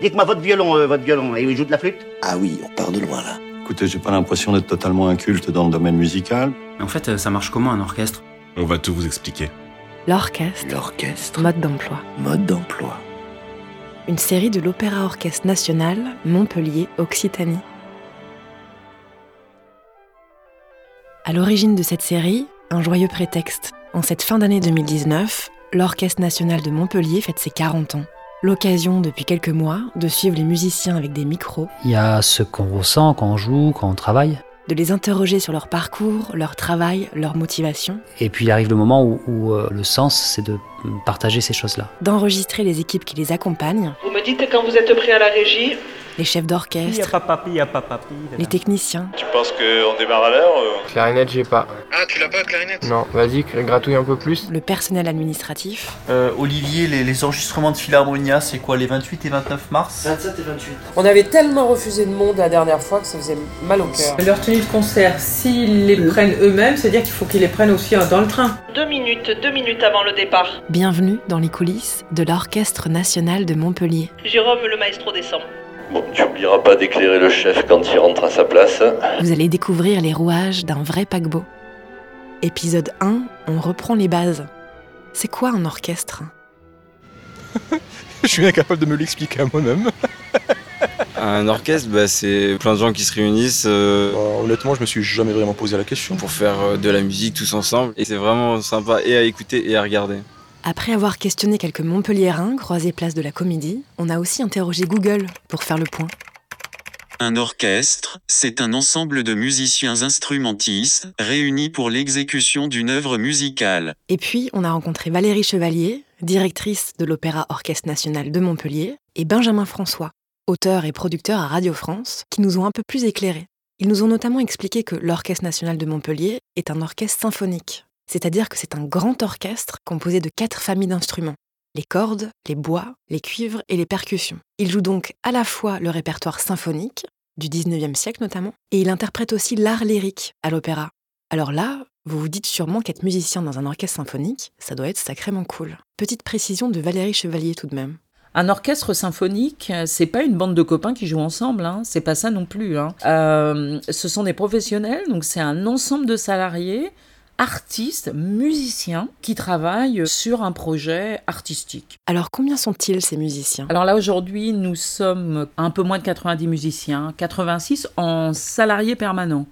Dites-moi votre violon, euh, votre violon, et il joue de la flûte Ah oui, on part de loin là. Écoutez, j'ai pas l'impression d'être totalement inculte dans le domaine musical. Mais en fait, euh, ça marche comment un orchestre On va tout vous expliquer. L'orchestre, L'orchestre, mode d'emploi. mode d'emploi. Une série de l'Opéra Orchestre National, Montpellier, Occitanie. À l'origine de cette série, un joyeux prétexte. En cette fin d'année 2019, l'Orchestre National de Montpellier fête ses 40 ans. L'occasion, depuis quelques mois, de suivre les musiciens avec des micros, Il y a ce qu'on ressent quand on joue, quand on travaille. de les interroger sur leur parcours, leur travail, leur motivation, Et puis arrive le moment où, où, euh, le sens, c'est de partager ces choses-là. d'enregistrer les équipes qui les accompagnent, Vous me dites quand vous êtes prêt à la régie. les chefs d'orchestre, les techniciens, Tu penses qu'on démarre à l'heure euh Clarinette, j'ai pas. Ah, tu l'as pas, clarinette Non, vas-y, gratouille un peu plus. le personnel administratif, Olivier, les, les enregistrements de Philharmonia, c'est quoi les 28 et 29 mars 27 et 28. On avait tellement refusé de monde la dernière fois que ça faisait mal au cœur. Leur tenue de concert, s'ils les prennent eux-mêmes, c'est-à-dire qu'il faut qu'ils les prennent aussi dans le train. Deux minutes, deux minutes avant le départ. Bienvenue dans les coulisses de l'Orchestre national de Montpellier. Jérôme, le maestro, descend. Bon, tu oublieras pas d'éclairer le chef quand il rentre à sa place. Vous allez découvrir les rouages d'un vrai paquebot. Épisode 1, on reprend les bases. C'est quoi un orchestre Je suis incapable de me l'expliquer à moi-même. Un orchestre, bah, c'est plein de gens qui se réunissent euh, Bon, Bah, honnêtement, je me suis jamais vraiment posé la question. pour faire euh, de la musique tous ensemble. Et c'est vraiment sympa et à écouter et à regarder. Après avoir questionné quelques Montpelliérains croisés place de la Comédie, on a aussi interrogé Google pour faire le point. Un orchestre, c'est un ensemble de musiciens instrumentistes réunis pour l'exécution d'une œuvre musicale. Et puis, on a rencontré Valérie Chevalier, directrice de l'Opéra Orchestre National de Montpellier, et Benjamin François, auteur et producteur à Radio France, qui nous ont un peu plus éclairés. Ils nous ont notamment expliqué que l'Orchestre National de Montpellier est un orchestre symphonique, c'est-à-dire que c'est un grand orchestre composé de quatre familles d'instruments les cordes, les bois, les cuivres et les percussions. Il joue donc à la fois le répertoire symphonique, du 19e siècle notamment, et il interprète aussi l'art lyrique à l'opéra. Alors là, vous vous dites sûrement qu'être musicien dans un orchestre symphonique, ça doit être sacrément cool. Petite précision de Valérie Chevalier tout de même. Un orchestre symphonique, euh, c'est pas une bande de copains qui jouent ensemble, hein, c'est pas ça non plus. hein. Euh, ce sont des professionnels, donc c'est un ensemble de salariés, artistes, musiciens, qui travaillent sur un projet artistique. Alors combien sont-ils ces musiciens Alors là, aujourd'hui, nous sommes un peu moins de 90 musiciens, 86 en salariés permanents.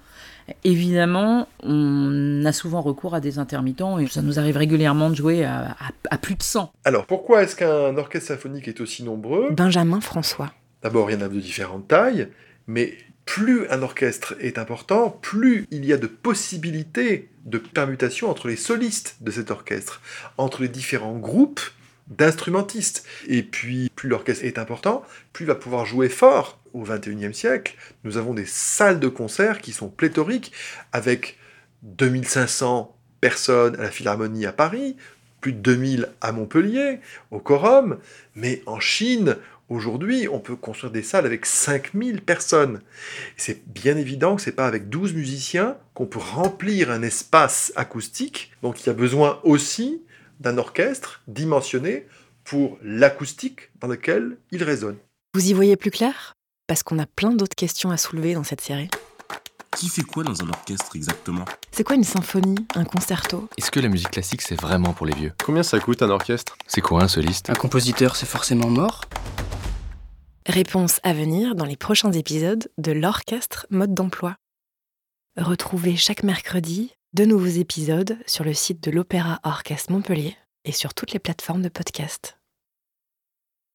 Évidemment, on a souvent recours à des intermittents et ça nous arrive régulièrement de jouer à, à- à plus de 100. Alors, pourquoi est-ce qu'un orchestre symphonique est aussi nombreux Benjamin François. D'abord, il y en a de différentes tailles, mais plus un orchestre est important, plus il y a de possibilités de permutation entre les solistes de cet orchestre, entre les différents groupes d'instrumentistes. Et puis, plus l'orchestre est important, plus il va pouvoir jouer fort. Au XXIe siècle, nous avons des salles de concert qui sont pléthoriques, avec 2500 personnes à la Philharmonie à Paris, plus de 2000 à Montpellier, au Corum, mais en Chine, Aujourd'hui, on peut construire des salles avec 5000 personnes. C'est bien évident que c'est pas avec 12 musiciens qu'on peut remplir un espace acoustique. Donc il y a besoin aussi d'un orchestre dimensionné pour l'acoustique dans lequel il résonne. Vous y voyez plus clair Parce qu'on a plein d'autres questions à soulever dans cette série. Qui fait quoi dans un orchestre exactement C'est quoi une symphonie Un concerto Est-ce que la musique classique, c'est vraiment pour les vieux Combien ça coûte un orchestre C'est quoi un soliste Un compositeur, c'est forcément mort Réponse à venir dans les prochains épisodes de l'Orchestre Mode d'emploi. Retrouvez chaque mercredi de nouveaux épisodes sur le site de l'Opéra Orchestre Montpellier et sur toutes les plateformes de podcast.